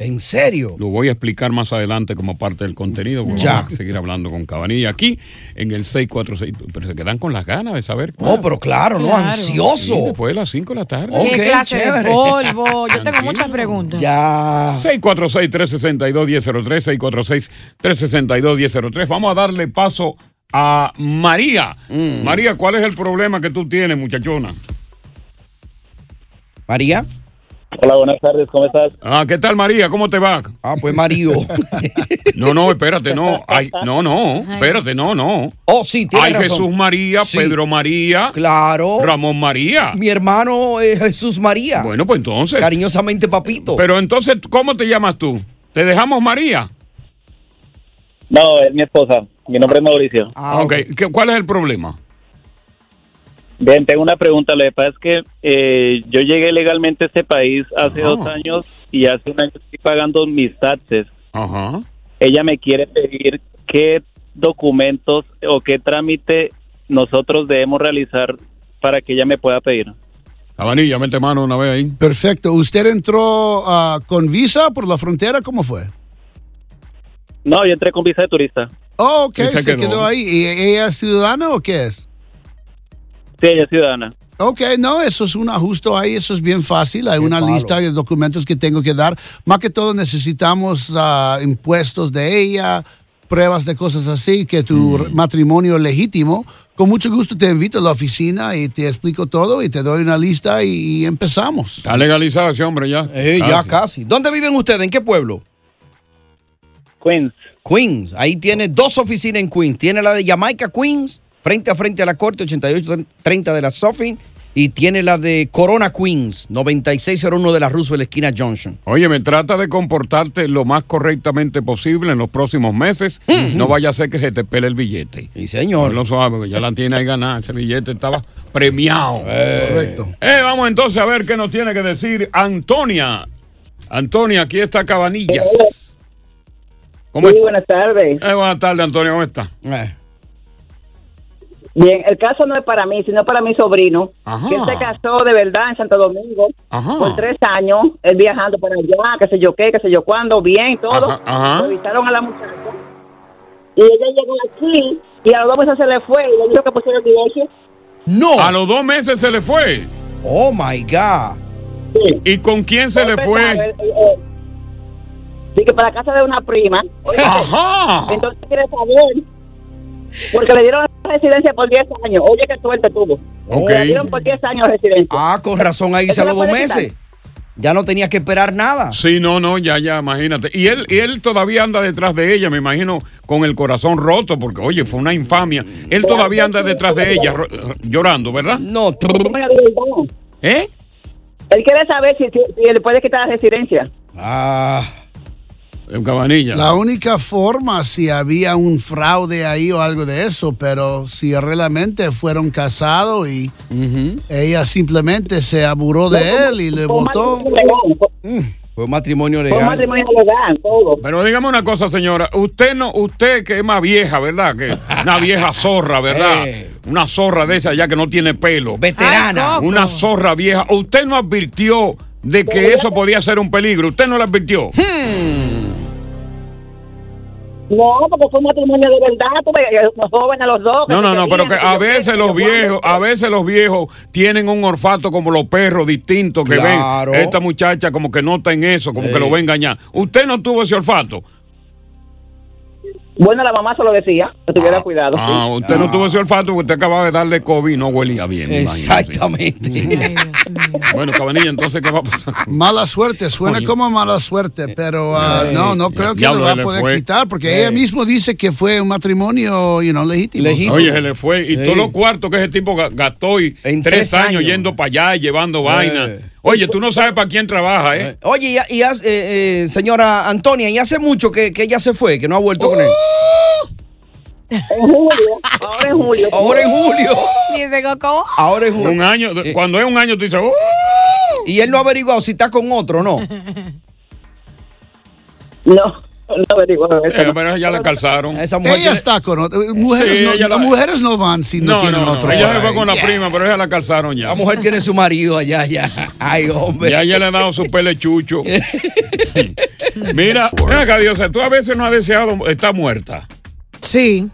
S5: ¿En serio?
S1: Lo voy a explicar más adelante como parte del contenido, porque
S5: Ya.
S1: vamos a seguir hablando con Cabanilla aquí en el 646. Pero se quedan con las ganas de saber.
S5: Oh, pero claro, ¿no? Claro. Ansioso.
S1: Sí, después de las 5 de la tarde.
S4: ¿Qué clase de polvo? Yo tengo muchas preguntas.
S5: Ya.
S1: 646-362-1003, 646-362-1003. Vamos a darle paso a María.
S5: Mm.
S1: María, ¿cuál es el problema que tú tienes, muchachona?
S5: María.
S10: Hola, buenas tardes, ¿cómo estás?
S1: Ah, ¿qué tal, María? ¿Cómo te va?
S5: Ah, pues Mario.
S1: no, no, espérate, no. Ay, no, no, espérate, no, no.
S5: Oh, sí, tienes
S1: Hay
S5: razón.
S1: Jesús María,
S5: Sí.
S1: Pedro María.
S5: Claro.
S1: Ramón María.
S5: Mi hermano es Jesús María.
S1: Bueno, pues entonces.
S5: Cariñosamente, papito.
S1: Pero entonces, ¿cómo te llamas tú? ¿Te dejamos María?
S10: No, es mi esposa. Mi nombre es Mauricio.
S1: Ah, ok. ¿Qué- ¿Cuál es el problema?
S10: Bien, tengo una pregunta. Lo que pasa es que eh, yo llegué legalmente a este país hace
S1: Ajá.
S10: dos años y hace un año estoy pagando mis taxes.
S1: Ajá.
S10: Ella me quiere pedir qué documentos o qué trámite nosotros debemos realizar para que ella me pueda pedir.
S1: Cabanilla, mete mano una vez ahí.
S16: Perfecto. ¿Usted entró ah, con visa por la frontera? ¿Cómo fue?
S10: No, yo entré con visa de turista.
S16: Oh, ok,
S10: Y
S16: se
S10: se
S16: quedó.
S10: quedó
S16: ahí. ¿Y ella es ciudadana o qué es?
S10: Sí, ella es ciudadana.
S16: Ok, no, eso es un ajuste ahí, eso es bien fácil. Hay una lista de documentos que tengo que dar. Más que todo necesitamos ah, impuestos de ella, pruebas de cosas así, que tu re- matrimonio es legítimo. Con mucho gusto te invito a la oficina y te explico todo y te doy una lista y empezamos.
S1: Está legalizado ese hombre ya.
S5: Eh, ya casi. ¿Dónde viven ustedes? ¿En qué pueblo?
S10: Queens.
S5: Queens. Ahí tiene dos oficinas en Queens. Tiene la de Jamaica Queens, frente a frente a la corte 8830 de la Sofin. Y tiene la de Corona Queens, 9601 de la Roosevelt, esquina Johnson.
S1: Oye, me trata de comportarte lo más correctamente posible en los próximos meses. No vaya a ser que se te pele el billete.
S5: Sí, señor.
S1: No lo sabe, porque ya la tiene ahí ganada. Ese billete estaba premiado.
S16: Correcto.
S1: Eh, vamos entonces a ver qué nos tiene que decir Antonia. Antonia, aquí está Cabanillas. ¿Cómo
S17: sí, buenas tardes.
S1: Eh, buenas tardes, Antonia, ¿cómo está?
S5: Eh.
S17: Bien, el caso no es para mí, sino para mi sobrino,
S1: Ajá.
S17: que él se casó de verdad en Santo Domingo
S1: Ajá.
S17: por tres años, él viajando para allá, qué sé yo qué, qué sé yo cuándo, bien, todo.
S1: Ajá, ajá.
S17: Revisaron a la muchacha y ella llegó aquí y a los dos meses se le fue y le dijo que pusiera evidencia.
S5: No.
S1: A los dos meses se le fue.
S5: Oh my God.
S1: ¿Y con quién se le
S17: pues,
S1: fue?
S17: Así que para casa de una prima.
S1: Ajá.
S17: Entonces quiere saber. Porque le dieron residencia por 10 años. Oye, qué suerte tuvo.
S5: Ok.
S17: Le dieron por 10 años residencia.
S5: Ah, con razón, ahí
S17: Eso
S5: se a
S17: le
S5: los dos
S17: puede quitar.
S5: meses. Ya no tenías que esperar nada.
S1: Sí, no, no, ya, ya, imagínate. Y él, y él todavía anda detrás de ella, me imagino, con el corazón roto, porque, oye, fue una infamia. Él todavía anda detrás de ella ro- llorando, ¿verdad?
S5: No.
S17: Bueno, de verdad.
S1: ¿Eh?
S17: Él quiere saber si, si- si le puede quitar la residencia.
S5: Ah.
S1: En Cabanilla.
S16: La única forma si había un fraude ahí o algo de eso, pero si realmente fueron casados y ella simplemente se aburró de él y le Mm. votó.
S5: Fue un matrimonio
S17: Fue un
S5: legal.
S17: matrimonio legal, todo.
S1: Pero dígame una cosa, señora. Usted no, usted que es más vieja, ¿verdad? Que una vieja zorra, ¿verdad? Una zorra de esa ya que no tiene pelo.
S5: Eh.
S1: Ah,
S5: Veterana. Ay, Coco.
S1: una zorra vieja. ¿Usted no advirtió de que eso podía ser un peligro? ¿Usted no lo advirtió?
S5: Hmm.
S17: No, porque fue un matrimonio de verdad, tuve jóvenes los dos.
S1: No, no, no, pero que a
S17: ver.
S1: veces los viejos, a veces los viejos tienen un olfato como los perros distintos que
S5: Claro.
S1: ven. Esta muchacha como que nota en eso, como que lo va a engañar. Usted no tuvo ese olfato.
S17: Bueno, la mamá se lo decía, que tuviera cuidado.
S1: Ah, usted no tuvo ese olfato porque usted acababa de darle COVID y no huelía bien.
S5: Exactamente.
S1: bueno, Cabanilla, entonces, ¿qué va a pasar?
S16: Mala suerte, suena
S1: Coño.
S16: como mala suerte, pero ah,
S1: Ay,
S16: no, no
S1: ya-
S16: creo que
S1: ya
S16: lo
S1: lo
S16: va a
S1: le
S16: poder
S1: fue.
S16: quitar porque
S1: Eh.
S16: ella mismo dice que fue un matrimonio you know, legítimo.
S1: Oye, se le fue. Y todos los cuartos que ese tipo ga- gastó y
S16: En
S1: tres
S16: tres
S1: años
S16: años.
S1: yendo para allá y llevando vaina. Oye, tú no sabes para quién trabaja, ¿eh?
S5: Oye, y, y hace- eh, eh, señora Antonia, ¿y hace mucho que, que ella se fue, que no ha vuelto con él?
S17: Uh, En julio, ahora en julio.
S5: Ahora en julio.
S4: Dice Coco. "Oh".
S5: Ahora es un, Eh.
S1: año. cuando es un año, tú dices, "Uh".
S5: Y él no ha averiguado si está con otro o no.
S17: No. No averiguaron eso.
S1: Eh, pero ya la calzaron.
S16: ella está con otra. Mujeres,
S1: Sí,
S16: no,
S1: ella la-
S16: las mujeres no van si no,
S1: No, no,
S16: tienen
S1: no,
S16: otro.
S1: Ella se fue con la prima, pero ella la calzaron ya.
S5: La mujer tiene su marido allá, ya. Ay, hombre.
S1: Ya ya le han dado su pele chucho. Mira, ven acá, Diosa, tú a veces no has deseado estar muerta.
S4: Sí.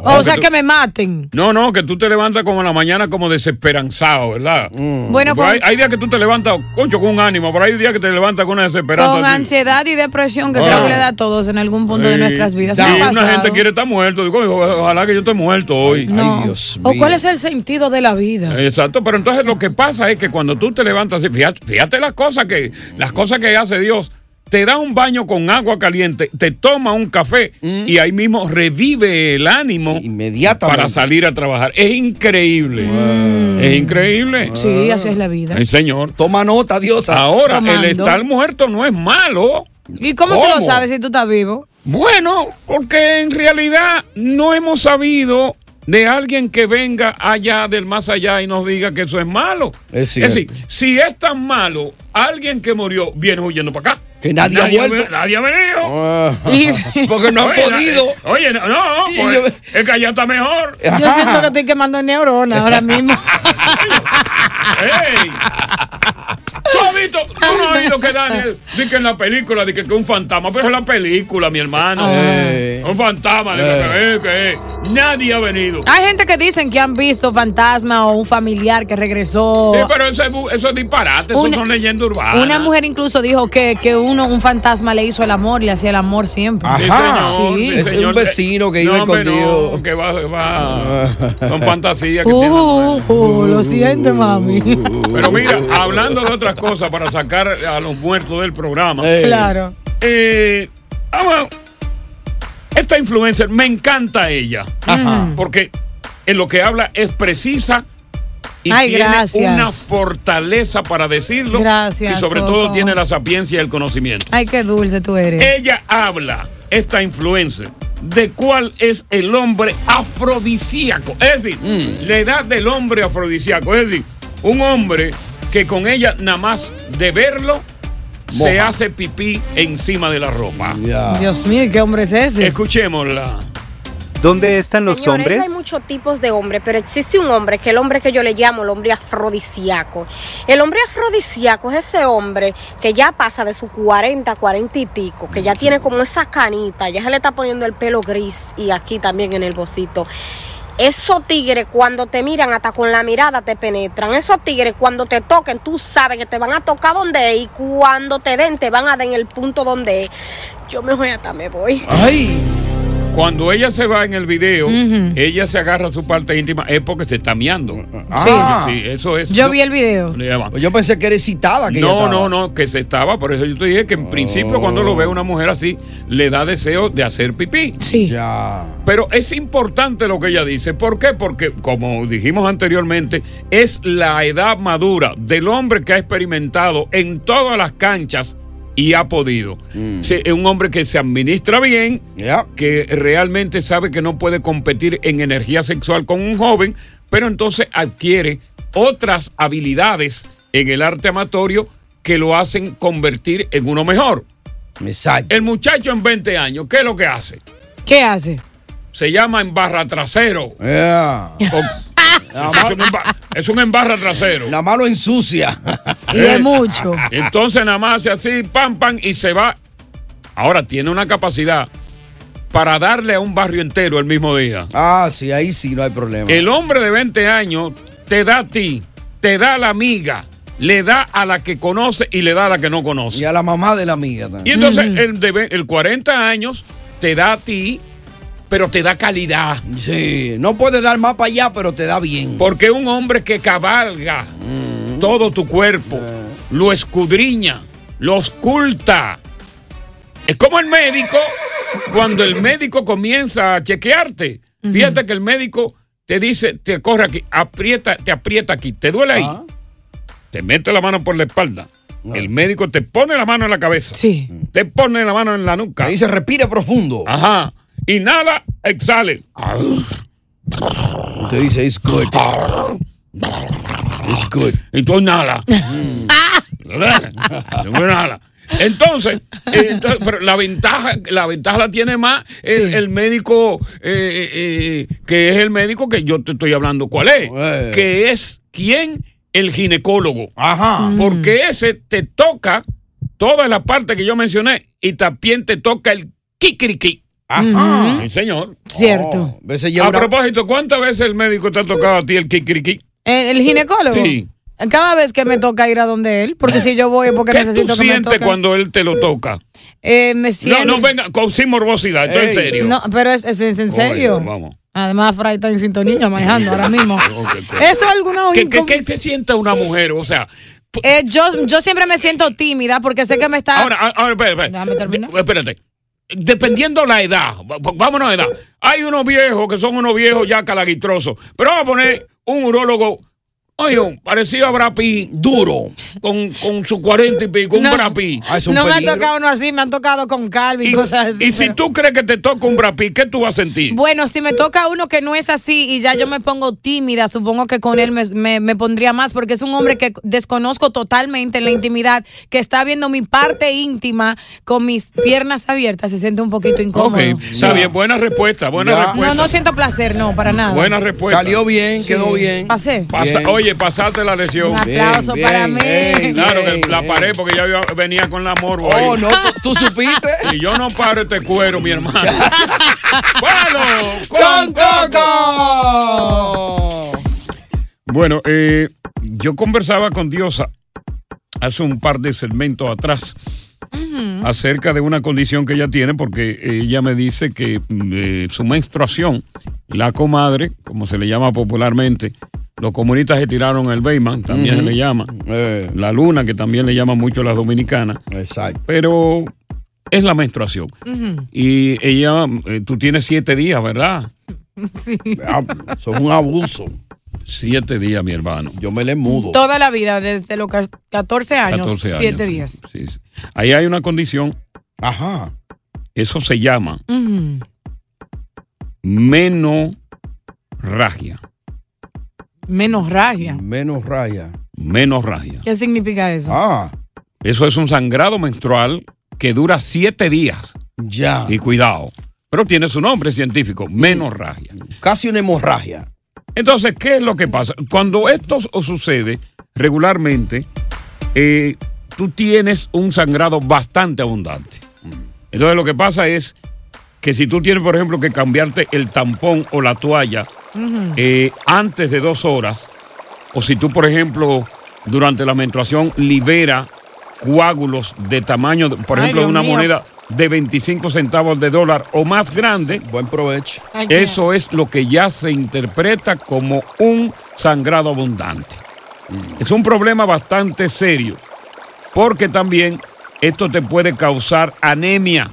S1: Oh,
S4: o sea
S1: que tú-
S4: que me maten.
S1: No, no, que tú te levantas como en la mañana como desesperanzado, ¿verdad?
S4: Mm. Bueno,
S1: Pero
S4: con-
S1: hay, hay días que tú te levantas, concho, con un ánimo, pero hay días que te levantas con una desesperanza.
S4: Con
S1: así.
S4: ansiedad y depresión que
S1: Ah.
S4: creo que le da a todos en algún punto de
S1: Sí.
S4: nuestras vidas.
S1: Y
S4: Me ha
S1: una
S4: pasado.
S1: gente quiere estar muerto. Digo, "Ojo, ojalá que yo esté muerto hoy.
S4: No. ¿O cuál es el sentido de la vida?
S1: Exacto, pero entonces lo que pasa es que cuando tú te levantas, así, fíjate, fíjate las cosas que las cosas que hace Dios. Te da un baño con agua caliente, te toma un café y ahí mismo revive el ánimo
S5: inmediatamente
S1: para salir a trabajar. Es increíble. Es increíble.
S4: Mm. Sí, así es la vida.
S1: El señor.
S5: Toma nota, Dios.
S1: Ahora,
S4: Tomando.
S1: el estar muerto no es malo.
S4: ¿Y cómo, tú lo sabes si tú estás vivo?
S1: Bueno, porque en realidad no hemos sabido de alguien que venga allá del más allá y nos diga que eso es malo.
S5: Es
S1: Es
S5: cierto.
S1: decir, si es tan malo, alguien que murió viene huyendo para acá.
S5: Que nadie ha vuelto.
S1: ve- Nadie ha venido.
S5: Ah, Porque no han
S1: Oye, eh,
S5: podido.
S1: na- Oye, no, no, pues, es que allá está mejor.
S4: Yo siento que estoy quemando neuronas ahora mismo.
S1: ¡Ey! ¿Tú has visto? ¿Tú no has oído que Daniel dice que en la película dice que es un fantasma? Pero es la película, mi hermano.
S4: Ah.
S5: Eh.
S1: Un fantasma. dice que, eh, que, eh, Nadie ha venido.
S4: Hay gente que dicen que han visto fantasma o un familiar que regresó.
S1: Sí, pero eso es, bu- eso es disparate,
S4: Ah, Una-
S1: eso son leyendas urbanas.
S4: Una mujer incluso dijo que, que uno, un fantasma le hizo el amor, le hacía el amor siempre.
S5: Ajá.
S4: Sí.
S5: Es un vecino que iba
S1: no, hombre,
S5: escondido.
S1: no, que va, va con fantasía. Que tiene.
S4: Uh, uh, lo siente, mami.
S1: Pero mira, hablando de otras cosas para sacar a los muertos del programa.
S4: Eh. Claro.
S1: Eh, vamos a- esta influencer, me encanta ella.
S4: Ajá.
S1: Porque en lo que habla es precisa y
S4: Ay,
S1: tiene
S4: gracias.
S1: una fortaleza para decirlo.
S4: Gracias,
S1: Y sobre
S4: Coco.
S1: todo tiene la sapiencia y el conocimiento.
S4: Ay, qué dulce tú eres.
S1: Ella habla, esta influencer, de cuál es el hombre afrodisíaco. Es decir, la edad del hombre afrodisíaco. Es decir, un hombre que con ella nada más de verlo se
S5: Moja.
S1: hace pipí encima de la ropa.
S4: Dios mío, ¿y ¿qué hombre es
S1: Eh.
S4: ese?
S1: Escuchémosla.
S18: ¿Dónde están los
S19: Señores, Hay
S18: hombres?
S19: muchos tipos de hombres, pero existe un hombre que el hombre que yo le llamo el hombre afrodisíaco. El hombre afrodisíaco es ese hombre que ya pasa de sus 40, 40 y pico, que ya tiene como esa canita, ya se le está poniendo el pelo gris y aquí también en el bocito. Esos tigres cuando te miran hasta con la mirada te penetran. Esos tigres cuando te toquen, tú sabes que te van a tocar donde es y cuando te den te van a dar en el punto donde es. Yo mejor hasta me voy.
S1: ¡Ay! Cuando ella se va en el video, ella se agarra su parte íntima, es porque se está miando.
S5: Ah.
S1: sí, eso es.
S4: Yo vi el video.
S5: Pues Yo pensé que era excitada. Que
S1: No, no, no, que se estaba, por eso yo te dije que en principio cuando lo ve una mujer así, le da deseo de hacer pipí.
S4: Sí.
S1: Pero es importante lo que ella dice. ¿Por qué? Porque, como dijimos anteriormente, es la edad madura del hombre que ha experimentado en todas las canchas y ha podido.
S5: Mm.
S1: Sí, es un hombre que se administra bien, que realmente sabe que no puede competir en energía sexual con un joven, pero entonces adquiere otras habilidades en el arte amatorio que lo hacen convertir en uno mejor. El muchacho en 20 años, ¿qué es lo que hace?
S4: ¿Qué hace?
S1: Se llama embarra trasero. O- es, un emba- es un embarra trasero. Eh,
S5: La mano ensucia.
S4: Y es mucho.
S1: Entonces nada más hace así, pam, pam, y se va. Ahora tiene una capacidad para darle a un barrio entero el mismo día.
S5: Ah, sí, ahí sí no hay problema.
S1: El hombre de 20 años te da a ti, te da a la amiga, le da a la que conoce y le da a la que no conoce.
S5: Y a la mamá de la amiga también.
S1: Y entonces el, de, ve- el 40 años te da a ti, pero te da calidad.
S5: Sí, no puede dar más para allá, pero te da bien.
S1: Porque un hombre que cabalga todo tu cuerpo,
S5: Eh.
S1: lo escudriña, lo oculta. Es como el médico, cuando el médico comienza a chequearte. Fíjate que el médico te dice, te corre aquí, aprieta, te aprieta aquí, te duele ahí.
S5: Ah.
S1: Te mete la mano por la espalda. El médico te pone la mano en la cabeza.
S4: Sí.
S1: Te pone la mano en la nuca. Ahí
S5: se respira profundo.
S1: Ajá. Inhala, exhale.
S5: Te dice, it's good.
S1: mm. It's good. Y tú nada. Nada. Entonces, eh, entonces, pero la ventaja, la ventaja la tiene más el, el médico, eh, eh, que es el médico que yo te estoy hablando cuál es, que es quién, el ginecólogo. Ajá.
S4: Mm.
S1: Porque ese te toca toda la parte que yo mencioné y también te toca el kikiriki. Ajá.
S4: Ujú.
S1: Sí, señor. Oh.
S4: Cierto.
S1: A propósito, ¿cuántas veces el médico te ha tocado a ti el kikiriki?
S4: ¿El, el ginecólogo?
S1: Sí. Eh.
S4: Cada vez que me toca ir a donde él, porque si yo voy es porque
S1: ¿Qué tú
S4: necesito que me
S1: sientes
S4: toque.
S1: cuando él te lo toca?
S4: Eh, me siento.
S1: No, no, venga, con, sin morbosidad, esto es
S4: Ey.
S1: serio.
S4: No, pero es, es- es en serio.
S1: Oye, vamos.
S4: Además, Fray está en sintonía manejando ahora mismo. Eso es alguna
S1: ¿Qué, qué, qué, qué sienta una mujer? O sea,
S4: Eh, yo, yo siempre me siento tímida porque sé que me está.
S1: ahora, ah, a- ahora, espérate, espérate. De- espérate. Dependiendo la edad, va- va- vámonos a edad. Hay unos viejos que son unos viejos ya calaguitrosos, pero vamos a poner un urólogo, oye, parecido a Brapi, duro, con, con su cuarenta y pico, Ah, un
S4: No.
S1: Brapi.
S4: no me han tocado uno así, me han tocado con Calvin,
S1: Y,
S4: cosas así.
S1: y si
S4: pero-
S1: tú crees que te toca un Brapi, ¿qué tú vas a sentir?
S4: Bueno, si me toca uno que no es así y ya yo me pongo tímida, supongo que con él me, me- me pondría más porque es un hombre que desconozco totalmente en la intimidad, que está viendo mi parte íntima con mis piernas abiertas, se siente un poquito incómodo.
S1: Ok, está bien, buena respuesta, buena
S4: Ya.
S1: respuesta.
S4: No, no siento placer, no, para nada.
S1: Buena respuesta. Salió bien, quedó bien.
S4: Pasé.
S1: Pasa- oye, pasaste la lesión.
S4: Un aplauso Bien, para bien, mí. bien,
S1: claro que la paré porque ya yo venía con la morbo. Oh, no, tú supiste. Y yo no paro este cuero, mi hermano. bueno, con Coco. Bueno, eh, yo conversaba con Diosa hace un par de segmentos atrás acerca de una condición que ella tiene, porque ella me dice que mm, eh, su menstruación, la comadre, como se le llama popularmente, los comunistas retiraron el Beyman, también
S5: Ujú.
S1: se le llama, la luna, que también le llaman mucho las dominicanas. Eh. Exacto. Pero es la menstruación. Y ella, eh, tú tienes siete días, ¿verdad?
S4: Sí.
S1: Eso es Ah, un abuso. Siete días, mi hermano. Yo me le mudo.
S4: Toda la vida, desde los ca- 14 años,
S1: 14 años.
S4: 7 días.
S1: Ahí hay una condición. Ajá. Eso se llama
S4: Ujú.
S1: menorragia.
S4: Menos raya.
S1: Menorragia. Menorragia.
S4: ¿Qué significa eso?
S1: Ah. Eso es un sangrado menstrual que dura siete días. Ya. Y cuidado. Pero tiene su nombre científico, menorragia. Casi una hemorragia. Entonces, ¿qué es lo que pasa? Cuando esto os sucede regularmente, eh, tú tienes un sangrado bastante abundante.
S5: Ah,
S1: Entonces, lo que pasa es que si tú tienes, por ejemplo, que cambiarte el tampón o la toalla
S20: Ujú.
S1: eh, antes de dos horas, o si tú, por ejemplo, durante la menstruación libera coágulos de tamaño, de- por
S20: Ay,
S1: ejemplo, de
S20: Dios
S1: una
S20: mío.
S1: moneda de 25 centavos de dólar o más grande. Buen provecho.
S20: Ay, qué-
S1: Eso es lo que ya se interpreta como un sangrado abundante. Es un problema bastante serio, porque también esto te puede causar anemia.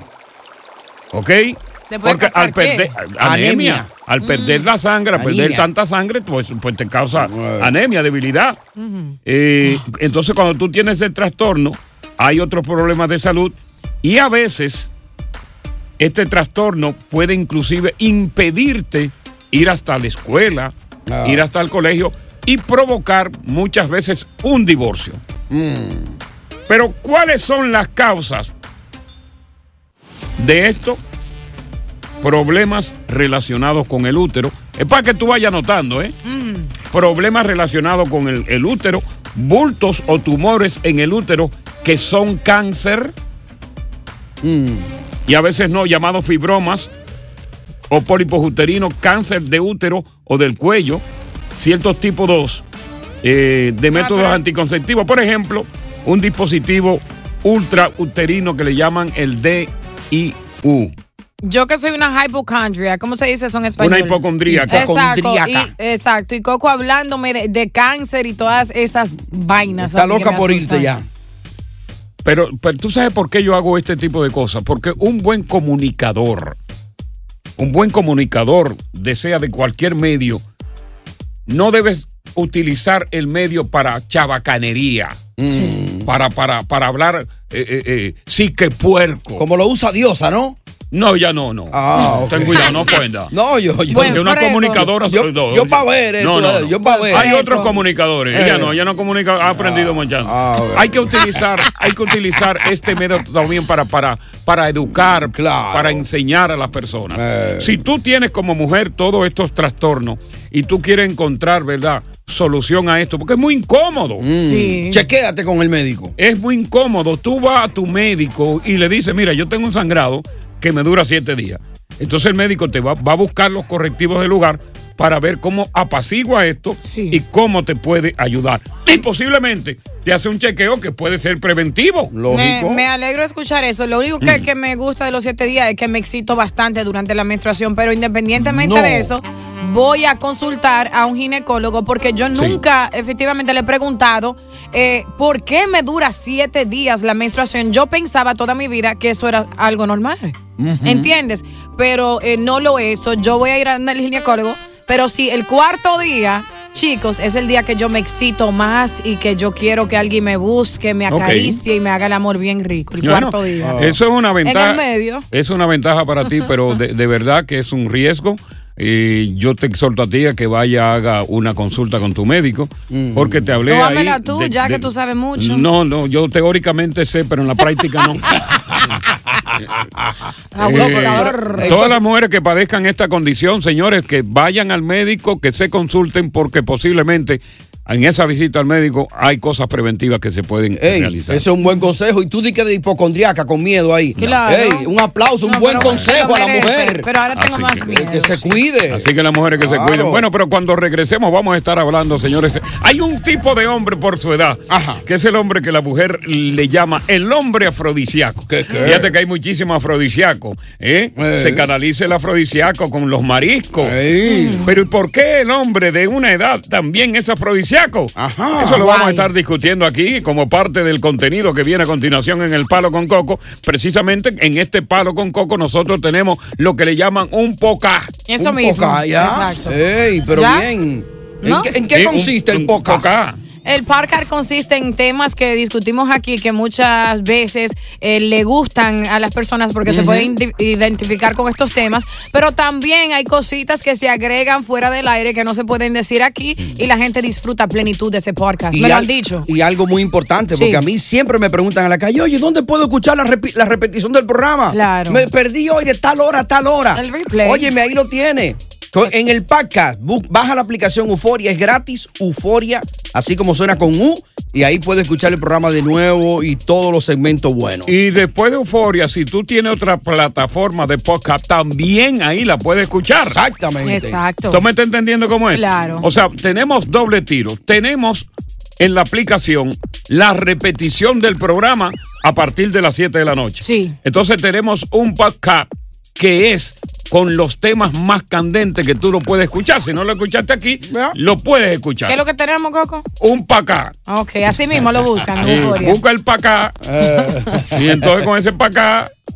S1: ¿Ok?
S20: ¿Te puede
S1: Porque
S20: causar
S1: al perder
S20: qué?
S1: anemia,
S20: Anemia.
S1: al perder
S20: Mm.
S1: la sangre, al perder
S20: Anemia.
S1: tanta sangre, pues, pues te causa anemia, debilidad. Eh, entonces, cuando tú tienes el trastorno, hay otros problemas de salud y a veces este trastorno puede inclusive impedirte ir hasta la escuela, ir hasta el colegio y provocar muchas veces un divorcio. Pero ¿cuáles son las causas de esto? Problemas relacionados con el útero. Es para que tú vayas notando, ¿eh? problemas relacionados con el, el útero, bultos o tumores en el útero que son cáncer y a veces no, llamados fibromas o pólipos uterinos, cáncer de útero o del cuello, ciertos tipos dos, eh, de métodos anticonceptivos. Por ejemplo, un dispositivo ultrauterino que le llaman el DIU.
S4: Yo que soy una hipocondria, ¿cómo se dice eso en español?
S1: Una hipocondríaca.
S4: Exacto, y,
S1: Hipocondríaca.
S4: exacto, y Coco hablándome de, de cáncer y todas esas vainas. a mí que me asustan.
S1: Pero, pero tú sabes por qué yo hago este tipo de cosas. Porque un buen comunicador, un buen comunicador, desea de cualquier medio, no debes utilizar el medio para chabacanería.
S5: Mm.
S1: Para, para, para hablar, eh, eh, eh, sí que puerco.
S5: Como lo usa Diosa, ¿no?
S1: No, ya no, no.
S5: Ah,
S1: Ten cuidado, no ofenda.
S5: No, yo, yo.
S1: Porque una comunicadora.
S5: Yo,
S1: no,
S5: yo pa' ver, eh,
S1: no,
S5: tú,
S1: no, no.
S5: yo pa' ver.
S1: Hay otros comunicadores.
S5: Eh. Ah,
S1: Ella no, ella no comunica, ha aprendido muchachos. hay que utilizar, hay que utilizar este medio también para, para, para educar, para enseñar a las personas.
S5: Eh.
S1: Si tú tienes como mujer todos estos trastornos y tú quieres encontrar, ¿verdad? Solución a esto, porque es muy incómodo.
S5: Sí. Mm. Chequéate con el médico.
S1: Es muy incómodo. Tú vas a tu médico y le dices, mira, yo tengo un sangrado que me dura siete días. Entonces el médico te va, va a buscar los correctivos del lugar para ver cómo apacigua esto y cómo te puede ayudar. Y posiblemente te hace un chequeo que puede ser preventivo.
S4: Me, me alegro de escuchar eso. Lo único que, que me gusta de los siete días es que me excito bastante durante la menstruación, pero independientemente
S1: No.
S4: de eso, voy a consultar a un ginecólogo porque yo nunca efectivamente le he preguntado eh, por qué me dura siete días la menstruación. Yo pensaba toda mi vida que eso era algo normal. ¿Entiendes? Pero eh, no lo es. So, Yo voy a ir al ginecólogo, pero si el cuarto día, chicos, es el día que yo me excito más y que yo quiero que alguien me busque, me
S1: Ok.
S4: acaricie y me haga el amor bien rico. El
S1: Bueno, Ah.
S4: cuarto día.
S1: Eso es una ventaja.
S4: En el medio.
S1: Es una ventaja para ti, pero de, de verdad que es un riesgo. Y yo te exhorto a ti a que vaya haga una consulta con tu médico, porque te hablé
S4: Tómamela
S1: ahí
S4: tú,
S1: de-
S4: ya
S1: de-
S4: que tú sabes mucho.
S1: No, no, yo teóricamente sé, pero en la práctica no. Eh,
S4: Abusador.
S1: todas las mujeres que padezcan esta condición, señores, que vayan al médico, que se consulten, porque posiblemente en esa visita al médico hay cosas preventivas que se pueden
S5: Ey,
S1: realizar.
S5: ese es un buen consejo. Y tú di que de hipocondriaca con miedo ahí.
S1: Claro.
S5: Ey, un aplauso, un
S1: No,
S5: buen
S1: pero-
S5: consejo
S1: pero
S5: a la
S1: merece,
S5: mujer.
S4: pero ahora tengo más miedo.
S5: Que se cuide.
S1: Así que las mujeres que se cuiden. Bueno, pero cuando regresemos vamos a estar hablando, señores. Hay un tipo de hombre por su edad, que es el hombre que la mujer le llama el hombre afrodisíaco. Fíjate que hay muchísimo afrodisíaco. ¿eh? Se canaliza el afrodisíaco con los mariscos. Pero ¿y por qué el hombre de una edad también es afrodisíaco? Eso lo vamos a estar discutiendo aquí como parte del contenido que viene a continuación en el Palo con Coco. Precisamente en este Palo con Coco nosotros tenemos lo que le llaman un poca.
S4: Eso
S1: Un
S4: mismo.
S1: poca, ¿ya?
S4: Exacto.
S5: Ey, pero
S4: ¿Ya?
S5: bien. ¿En
S4: ¿No?
S5: qué, en qué
S1: Sí, un-
S5: consiste el
S1: un
S5: poca?
S4: El podcast consiste en temas que discutimos aquí que muchas veces eh, le gustan a las personas porque se
S5: Ujú.
S4: pueden indi- identificar con estos temas, pero también hay cositas que se agregan fuera del aire que no se pueden decir aquí y la gente disfruta a plenitud de ese podcast. Me lo
S5: al-
S4: han dicho.
S5: y algo muy importante, porque
S4: Sí.
S5: a mí siempre me preguntan a la calle, oye, ¿dónde puedo escuchar la, repi- la repetición del programa?
S4: Claro.
S5: Me perdí hoy de tal hora a tal hora.
S4: El replay.
S5: Óyeme, ahí lo tiene. Co- En el podcast, bu- baja la aplicación Euforia, es gratis, Euforia, así como suena con U, y ahí puedes escuchar el programa de nuevo y todos los segmentos buenos.
S1: Y después de Euforia, si tú tienes otra plataforma de podcast, también ahí la puedes escuchar.
S5: Exactamente.
S4: Exacto.
S1: ¿Tú me estás entendiendo cómo es?
S4: Claro.
S1: O sea, tenemos doble tiro. Tenemos en la aplicación la repetición del programa a partir de las 7 de la noche.
S4: Sí.
S1: Entonces tenemos un podcast que es con los temas más candentes que tú lo puedes escuchar. Si no lo escuchaste aquí, lo puedes escuchar.
S4: ¿Qué es lo que tenemos, Coco?
S1: Un podcast.
S4: Ok, así mismo lo buscan.
S1: Sí,
S4: Euforia.
S1: busca el para acá. y entonces con ese para acá. tú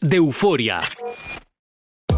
S21: de euforia.